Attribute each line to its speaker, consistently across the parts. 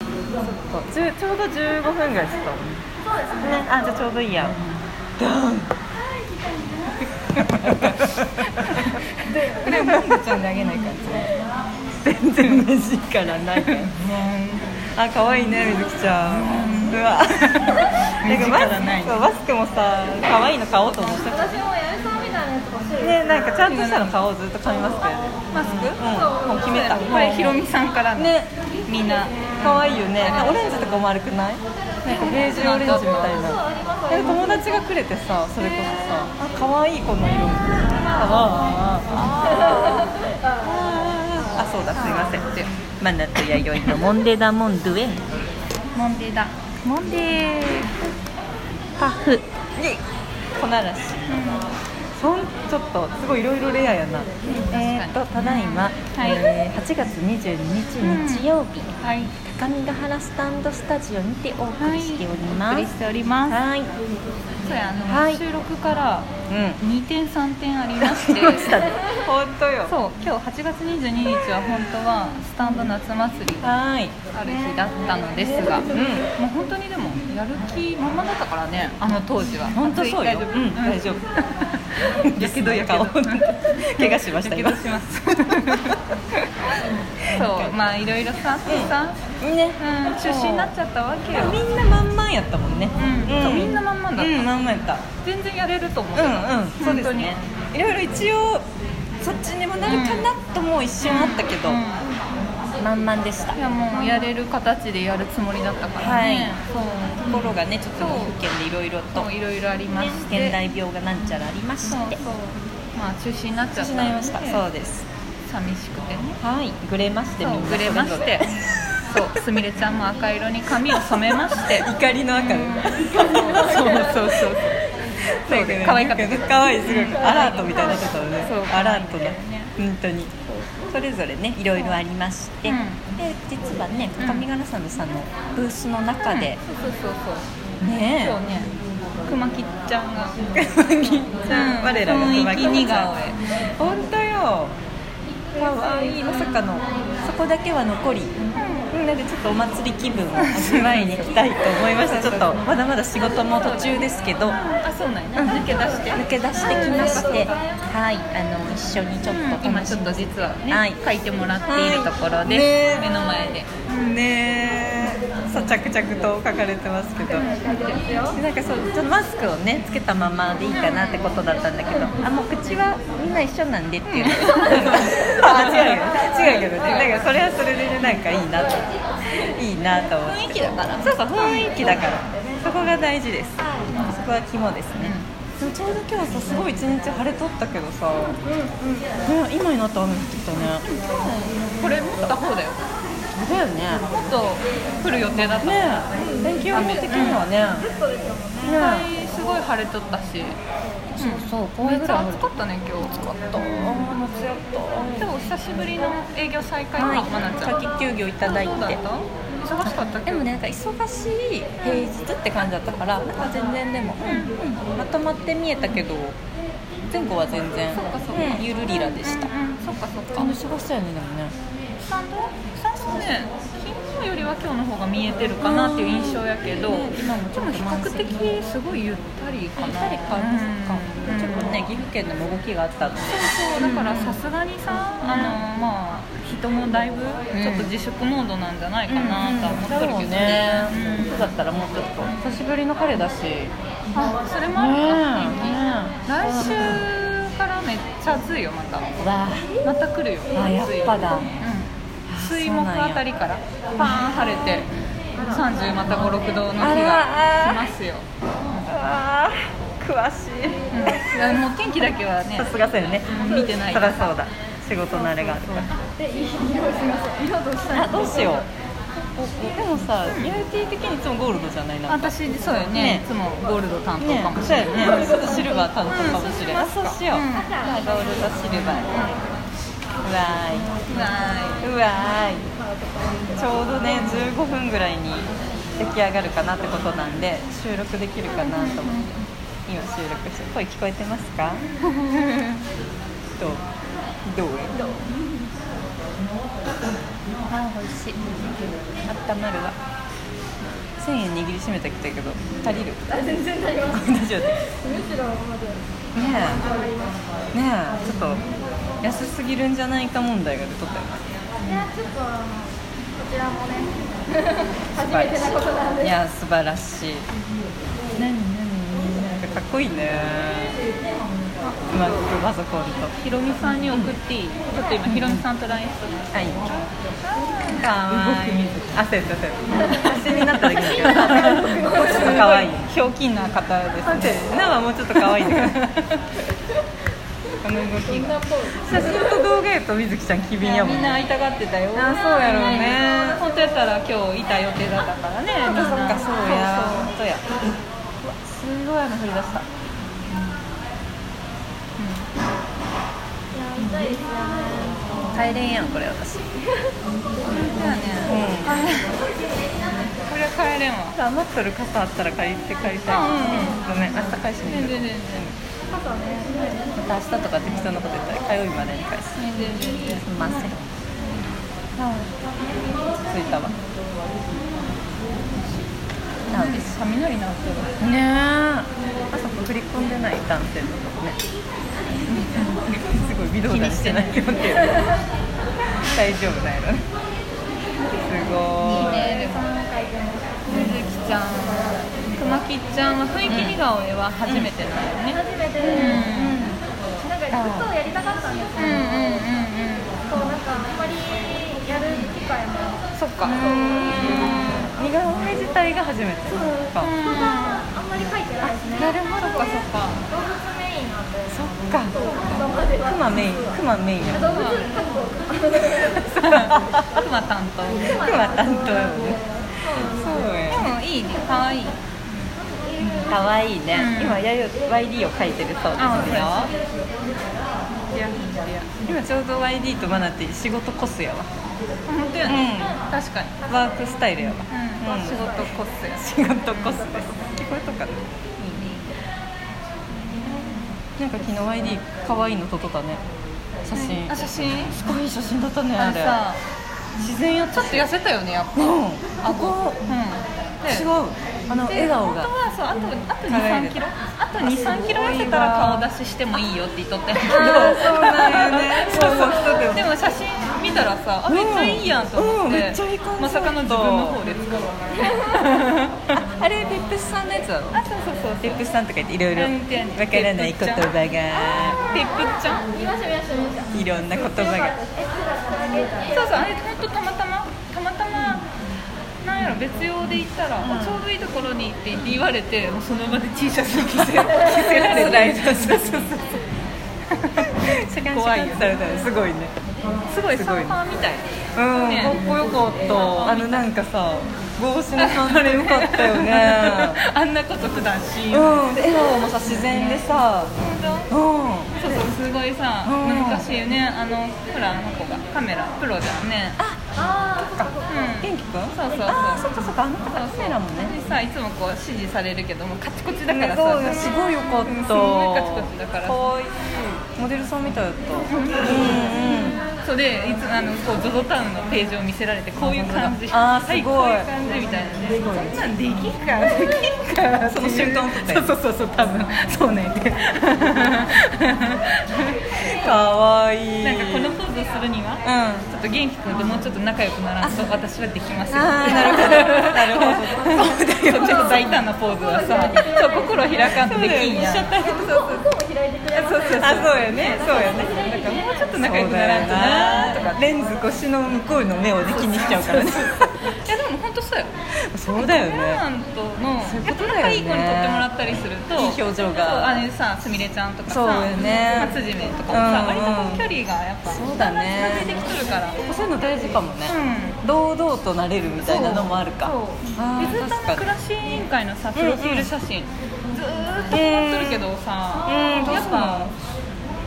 Speaker 1: そっかじゅちょうど15分ぐらいですか
Speaker 2: そうですね
Speaker 1: ねあじゃあちょうどいいや
Speaker 3: これはマリちゃん投げない感じ
Speaker 1: 全然目力ないからねあ可愛いねみずきちゃんうわ
Speaker 3: 目
Speaker 1: なんか
Speaker 3: 力
Speaker 1: マ
Speaker 3: ない
Speaker 1: スクマスクもさ可愛いの買おうと思ってた
Speaker 2: 私もやみさんみたいなやつ欲しい
Speaker 1: ねなんかちゃんとしたの買おうずっと買いますからね
Speaker 3: マスク、
Speaker 1: うんもう決めた
Speaker 3: これひろみさんからの
Speaker 1: ね
Speaker 3: みんな
Speaker 1: 可愛いよねオレンジとか丸くないベージュオレンジみたいなで友達がくれてさそれこそさあ可愛いこの色ああああそうだすいませんマナと弥生のモンデダモンドゥエ
Speaker 3: モンデーだ
Speaker 1: モンデーパフ粉嵐そんちょっとすごいいろいろレアやなえーっとただいま、
Speaker 3: い
Speaker 1: えー8月22日日曜日、
Speaker 3: はい
Speaker 1: 高見ヶ原スタンドスタジオにてお送りしており
Speaker 3: お
Speaker 1: ま
Speaker 3: 送り
Speaker 1: す
Speaker 3: しております、
Speaker 1: はい
Speaker 3: そうやあの、
Speaker 1: はい
Speaker 3: 収録から
Speaker 1: うん
Speaker 3: 2点3点ありまして
Speaker 1: 来ましたね本当よ
Speaker 3: そう今日8月22日は本当はスタンド夏祭りが
Speaker 1: はい
Speaker 3: ある日だったのですが、
Speaker 1: う
Speaker 3: も
Speaker 1: ん
Speaker 3: う本当にでもやる気まんまだったからねあの当時は
Speaker 1: 本当そうよ
Speaker 3: 大丈夫
Speaker 1: うん大丈夫やけどやけど怪我しました
Speaker 3: やけ
Speaker 1: 今
Speaker 3: どします そうまあいろいろささ、
Speaker 1: ね
Speaker 3: うん、中止になっちゃったわけよ、
Speaker 1: みんなまんまんやったもんね
Speaker 3: うんそうみんなまんまんだった
Speaker 1: うんまんまんやった
Speaker 3: 全然やれると思って
Speaker 1: う
Speaker 3: た、
Speaker 1: んうんそう
Speaker 3: 本
Speaker 1: で
Speaker 3: 当
Speaker 1: す
Speaker 3: に
Speaker 1: ねいろいろ一応そっちにもなるかなとも一瞬あったけど
Speaker 3: う
Speaker 1: まんまんでした
Speaker 3: ん、いやもうやれる形でやるつもりだったからね、
Speaker 1: ところがねちょっと福建でいろいろ
Speaker 3: そ
Speaker 1: と
Speaker 3: うそういろいろありま
Speaker 1: ね
Speaker 3: して、
Speaker 1: 現代病がなんちゃらありまし
Speaker 3: そう
Speaker 1: て
Speaker 3: そうまあ中止になっちゃった
Speaker 1: 失いましたそう
Speaker 3: で
Speaker 1: です
Speaker 3: 寂しくてね
Speaker 1: はいぐれまして
Speaker 3: そうぐれましてそうすみれちゃんも赤色に髪を染めまして
Speaker 1: 怒りの赤で
Speaker 3: そうそうそうそうで可愛かった
Speaker 1: ね可愛いすごいアラートみたいになっちゃったのね
Speaker 3: そう
Speaker 1: アラートだ
Speaker 3: 可愛いんだよね
Speaker 1: 本当にそれぞれねいろいろありまして、
Speaker 3: うん
Speaker 1: で実はね
Speaker 3: うん
Speaker 1: 上原さんのさんのブースの中で、
Speaker 3: うんそうそうそうそう
Speaker 1: ね
Speaker 3: そうね熊木ちゃんが
Speaker 1: うん我らが熊木
Speaker 3: 雰囲気似
Speaker 1: ちゃ
Speaker 3: 顔
Speaker 1: ん
Speaker 3: 絵
Speaker 1: 本当よ可愛いまさかのそこだけは残りみんなでちょっとお祭り気分を味わいに行きたいと思いましたちょっとまだまだ仕事も途中ですけど
Speaker 3: あそうなんや抜け出して
Speaker 1: 抜け出してきましてはいあの一緒にちょっと
Speaker 3: 今ちょっと実はね、
Speaker 1: はい
Speaker 3: 書いてもらっているところで
Speaker 1: はい
Speaker 3: す、
Speaker 1: ね
Speaker 3: 目の前で
Speaker 1: ねえさ着々と書かれてますけどなんかそうちょっとマスクをねつけたままでいいかなってことだったんだけどあもう口はみんな一緒なんでっていう、 あ違うよ違うけどねなんかそれはそれでねなんかいいなといいなと思って
Speaker 3: 雰囲気だから
Speaker 1: そうそう雰囲気だからそこが大事ですそこは肝ですね、でもちょうど今日さすごい一日晴れとったけどさ、ね今になって雨降ってきたね
Speaker 3: これ持った方だよ
Speaker 1: だよね
Speaker 3: もっと来る予定だった
Speaker 1: ねえ天気予報的にはね、ね
Speaker 3: すごい晴れとったし、
Speaker 1: そうこ
Speaker 3: めっちゃ暑かったね今日暑かった
Speaker 1: 夏やっ
Speaker 3: でも久しぶりの営業再開か、
Speaker 1: はい
Speaker 3: まなちゃん
Speaker 1: 夏季休業いただい
Speaker 3: どうだってた忙しかったけ
Speaker 1: でもねなんか忙しい平日って感じだったからなんか全然でも、うんまとまって見えたけど前後は全然
Speaker 3: そっかそっか
Speaker 1: ねゆるりらでした、
Speaker 3: うんうんそっかそっか
Speaker 1: あの忙しそうやねでもね
Speaker 3: スタンドスタンドね昨日よりは今日の方が見えてるかなっていう印象やけど、
Speaker 1: ね今もち
Speaker 3: で
Speaker 1: ょっ
Speaker 3: も
Speaker 1: と
Speaker 3: 比
Speaker 1: 満席
Speaker 3: 較的すごいゆったりかな
Speaker 1: 誰か
Speaker 3: うん
Speaker 1: か、ちょっとね岐阜県でも動きがあったので
Speaker 3: そうだからさすがにさ、あのまあ人もだいぶちょっと自粛モードなんじゃないかなとは思ってるけど
Speaker 1: そうね
Speaker 3: ね、うん
Speaker 1: そうだったらもうちょっと久しぶりの彼だしね
Speaker 3: あそれもあるか、来週からめっちゃ暑いよまた
Speaker 1: うわ
Speaker 3: また来るよ
Speaker 1: あやっぱだ
Speaker 3: うん、水木あたりからパーン晴れて30また56度の日
Speaker 1: あら
Speaker 3: が
Speaker 1: あ
Speaker 3: 来ますよ、
Speaker 1: あ詳しい
Speaker 3: うんいや、もう天気だけはね
Speaker 1: さすがそうよね
Speaker 3: うん見てない
Speaker 1: そりゃそうだ仕事のあれがあるからあどうしようおでもさ UT 的にいつもゴールドじゃないな
Speaker 3: 私そうよ
Speaker 1: ね
Speaker 3: ねいつもゴールド担当かもし
Speaker 1: そう
Speaker 3: れ
Speaker 1: や
Speaker 3: ない、
Speaker 1: ねちょっとシルバー担当かもしれない、
Speaker 3: うんそうし
Speaker 1: あ
Speaker 3: ますか
Speaker 1: そうしよう、
Speaker 3: うん
Speaker 1: じゃあゴールドシルバーうわーい
Speaker 3: は
Speaker 1: うわーいちょうどね15分ぐらいに出来上がるかなってことなんで収録できるかなと思って今収録して声聞こえてます かどうどうあ美味しいあったまるわ1000円握りしめてきたけど足りる
Speaker 2: あ全然なりま す。
Speaker 1: 大丈夫ね
Speaker 2: むしろまで上がりました。
Speaker 1: えねえちょっと安すぎるんじゃないか問題が出とったよ
Speaker 2: いやちょっとあのこちらもね 初めてなことな
Speaker 1: な
Speaker 2: んで
Speaker 1: い
Speaker 2: す。
Speaker 1: や素晴らしい何何なんかかっこいいねうまくパソコンと
Speaker 3: ひろみさんに送っていい、ちょっと今ひろみさんと LINE してます
Speaker 1: はいかわいい汗汗汗汗になっただけですけどちょっとかわいい
Speaker 3: ひょうきんな方です
Speaker 1: 待って奈はもうちょっと可愛いんだけどこの動きが写真と動画やと水木ちゃん機
Speaker 3: み
Speaker 1: 敏やもん
Speaker 3: んな会
Speaker 1: ね
Speaker 3: いたがってたよ
Speaker 1: あそうやろうね
Speaker 3: 本当やったら今日いた予定だったからね
Speaker 1: そっかそっかそうや
Speaker 3: そう
Speaker 1: そうや
Speaker 3: すごい雨降り出した
Speaker 2: やりたいですよね。
Speaker 1: 帰れんやんこれ私
Speaker 3: だよねこれは帰れんわ
Speaker 1: 余っとる傘あったら借りて帰りたい
Speaker 3: うんうん
Speaker 1: ごめん明日返しに
Speaker 3: 全
Speaker 1: 行く
Speaker 3: 然全然
Speaker 2: 傘ね。
Speaker 1: また明日とか適当なこと言ったら火曜日までに返す
Speaker 3: 全然全然
Speaker 1: すんません着いたわなんです
Speaker 3: 雷鳴ってる
Speaker 1: ねえ朝振り込んでない男性のとこねすごい微動だにしてないよっていう大丈夫だよねすごい
Speaker 3: ねみずきちゃんくまきちゃんは雰囲気似顔絵は初めてなんよね
Speaker 2: 初めて、なんかずっとやりたかったんですけ
Speaker 3: うん
Speaker 2: ど、
Speaker 3: うんう
Speaker 2: こ
Speaker 3: んうん
Speaker 2: うなんかあんまりやる機会も。
Speaker 3: そっか
Speaker 1: 似顔絵自体が初めてか
Speaker 3: うん
Speaker 2: 人があんまり書いてないですね。
Speaker 3: なるほどそっかそっか
Speaker 2: 動物メインなんで。
Speaker 1: そっか
Speaker 2: 今までは
Speaker 1: クマメインクマメインやもん
Speaker 2: 動物確保。
Speaker 1: クマ
Speaker 3: くま担当で
Speaker 1: 担当やもんねそうや
Speaker 3: もいいねかわいい
Speaker 1: かわいいね、
Speaker 3: うん
Speaker 1: 今やよ YD を描いてるそうです
Speaker 3: あそう
Speaker 1: よ
Speaker 3: や
Speaker 1: 今ちょうど YD とマナティー仕事コスやわ
Speaker 3: 本当やね確かに
Speaker 1: ワークスタイルやわ
Speaker 3: うん仕事コスや
Speaker 1: 仕事コスです聞こえたかななんか昨日 YD 可愛いの撮っとったね写真
Speaker 3: あ写真
Speaker 1: すごい写真だったね
Speaker 3: あ
Speaker 1: あ
Speaker 3: れ
Speaker 1: れ
Speaker 3: さ
Speaker 1: 自然やっ
Speaker 3: ちょっと痩せたよねやっぱ
Speaker 1: うんあ
Speaker 3: 顎
Speaker 1: こ
Speaker 3: うん
Speaker 1: 違
Speaker 3: で
Speaker 1: うあの
Speaker 3: で
Speaker 1: 笑顔が
Speaker 3: 本当はそうあとあと
Speaker 1: 輝い
Speaker 3: 23
Speaker 1: て
Speaker 3: キロ
Speaker 1: た
Speaker 3: あと23キロ痩せたら顔出ししてもいいよって言っとったんやけど
Speaker 1: そうなんよね そうそうそう
Speaker 3: でも写真見たらさあ
Speaker 1: うん
Speaker 3: めっちゃいいやんと思って、
Speaker 1: うんめっちゃいい感じ
Speaker 3: まさかの自分の方で使う
Speaker 1: ああれペップスさんのやつだろ
Speaker 3: あそうそうそう
Speaker 1: ペップスさんとか言っていろいろ
Speaker 3: うん
Speaker 1: わからない言葉が
Speaker 3: ペップちゃん
Speaker 2: 見ました見ました見ました。
Speaker 1: いろんな言葉が
Speaker 2: え、
Speaker 3: そうそうあれ本当たまたまたまたまなんやろ別用で行ったら、あちょうどいいところにって言って言われてもうその場で T シャ ツを着せ着せられたり
Speaker 1: そうそうそうそう怖いよねすごいね
Speaker 3: すごい
Speaker 1: す
Speaker 3: サ
Speaker 1: ごい
Speaker 3: ーファーみたい
Speaker 1: うん、
Speaker 3: ね
Speaker 1: かっこよかったあのなんか さ帽子の感じよかったよね
Speaker 3: あんなこと普段し、
Speaker 1: うん笑顔もさ自然でさ
Speaker 3: 本当
Speaker 1: うん
Speaker 3: そうそうすごいさ、
Speaker 1: うん
Speaker 3: 難しいよねあのほらあの子がカメラプロじゃんね
Speaker 2: ああ、
Speaker 3: うん
Speaker 1: 元気くん
Speaker 3: そうそうそう
Speaker 1: あーそっかそっかあの子がカメラもね
Speaker 3: でさいつもこう指示されるけどもうカチコチだから
Speaker 1: そ
Speaker 3: さ、
Speaker 1: うよすごいよかった、
Speaker 3: すごいカチコチだからさ
Speaker 1: わいいモデルさんみたいだったうんうん
Speaker 3: そうでいつあのこう ZOZO タウンのページを見せられてこういう感じ
Speaker 1: あーすごい
Speaker 3: こういう感じみたいなねそんなんできんかできんか
Speaker 1: その瞬間を撮ったよ
Speaker 3: そうそうそうそう多分そうねって
Speaker 1: かわいい
Speaker 3: なんかこのポーズをするには
Speaker 1: うんあ
Speaker 3: ちょっと元気君ともうちょっと仲良くならんと私はできません
Speaker 1: あなるほどなるほどそうだ
Speaker 3: そうちょっと大胆なポーズはさそう心開かんとできんやん
Speaker 2: こう開いてくれます。
Speaker 1: あそうよねそうよね
Speaker 2: 開いてくれます。
Speaker 3: もうちょっと仲良くならんとなーとか
Speaker 1: レンズ越しの向こうの目をね気にしちゃうからね
Speaker 3: いやでも本当そうよ
Speaker 1: そうだよね
Speaker 3: フランとの
Speaker 1: そういう
Speaker 3: やっ
Speaker 1: こと
Speaker 3: ぱ
Speaker 1: だよね
Speaker 3: 仲いい子に撮ってもらったりすると
Speaker 1: いい表情が
Speaker 3: そうあれさすみれちゃんとかさ
Speaker 1: そうよね
Speaker 3: 初めとかもさ、
Speaker 1: うんうん
Speaker 3: 割とこう距離がやっぱ
Speaker 1: そうだね
Speaker 3: 近づいてきとるからう
Speaker 1: そういうの大事かもね、
Speaker 3: ん
Speaker 1: 堂々となれるみたいなのもあるか
Speaker 3: そう
Speaker 1: あー
Speaker 3: 水田
Speaker 1: 確
Speaker 3: の暮
Speaker 1: から
Speaker 3: し委員会のさプロフィール写真、ずーっと撮っとるけどさ、
Speaker 1: うん
Speaker 3: やっぱ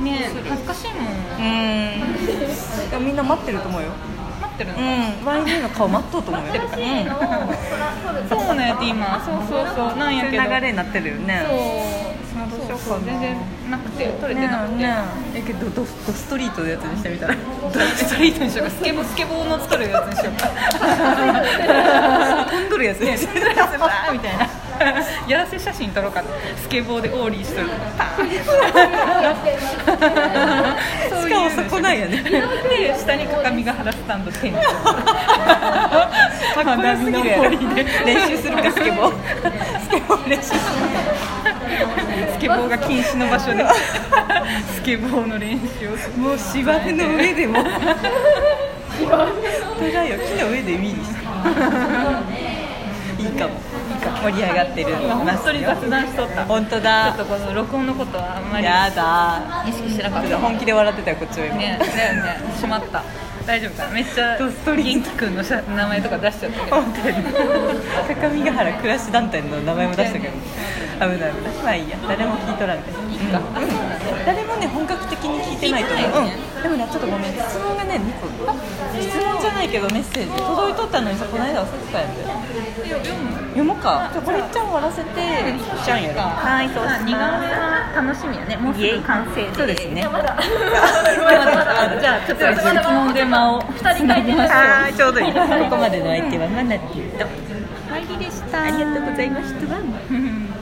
Speaker 3: ね
Speaker 1: そう
Speaker 3: 恥ずかしいも
Speaker 1: に
Speaker 3: ん
Speaker 1: うんいやみんな待ってると思うよ
Speaker 3: 待ってるの、
Speaker 1: うん YG の顔待っとうと思うよ
Speaker 2: 楽しいのを撮る。
Speaker 3: そうなんやって今そうそうそうな
Speaker 1: そ
Speaker 3: ん
Speaker 1: う
Speaker 3: や
Speaker 1: い
Speaker 3: け
Speaker 1: う
Speaker 3: ど
Speaker 1: 流れになってるよね
Speaker 3: そう
Speaker 1: どうし
Speaker 3: そ
Speaker 1: よう
Speaker 3: う
Speaker 1: か
Speaker 3: そう
Speaker 1: な
Speaker 3: 全然なくて撮れて
Speaker 1: ね
Speaker 3: なくて、
Speaker 1: えねええけどドドストリートのやつにしてみたら
Speaker 3: ストリートにしようかスケボースケボーの撮るやつにしようか
Speaker 1: 飛んどるやつね
Speaker 3: みたいなやらせ写真撮ろうかなスケボーでオーリーしとるパーン
Speaker 1: しかもそこないよね
Speaker 3: で下に鏡が原スタンド天井
Speaker 1: かっこよすぎるやろ
Speaker 3: 花見の森で
Speaker 1: 練習するかスケボースケボー練習する
Speaker 3: スケボーが禁止の 場所でスケボーの練習をする
Speaker 1: もう芝生の上 でも高いよ木の上でウィリー していいかも盛り上がってる
Speaker 3: 今本
Speaker 1: ます
Speaker 3: 当に
Speaker 1: よ
Speaker 3: 雑談しとったちょ
Speaker 1: 本当
Speaker 3: っ
Speaker 1: だ
Speaker 3: とこの録音のことはあんまり
Speaker 1: やだ
Speaker 3: 意識してなかった
Speaker 1: 本気で笑ってたよこっちは今、
Speaker 3: ねだよねしまった大丈夫かなめっちゃ
Speaker 1: ドストリー
Speaker 3: 元気くんの写名前とか出しちゃったけど
Speaker 1: 本当に高見ヶ原暮らし団体の名前も出したけど危ない危ないまあいいや誰も聞いとらんで、うん誰もね本格的に聞いてないと思う、うん、でもねちょっとごめん質問がね2個質問じゃないけどメッセージ届いとったのにさこの間忘れてたやつ
Speaker 3: 読む
Speaker 1: 読もうかじゃあこれいっちゃん終わらせていっちゃんやろはいそう
Speaker 3: あ似顔絵は楽しみやねもうすぐ完成で
Speaker 1: そうですね
Speaker 2: ま だ
Speaker 3: じゃあちょっと質問で間を
Speaker 2: 二人書いてます
Speaker 1: はいちょうどいいここまでの相手はマナティーと
Speaker 3: 入りでした
Speaker 1: ありがとうございました
Speaker 3: うん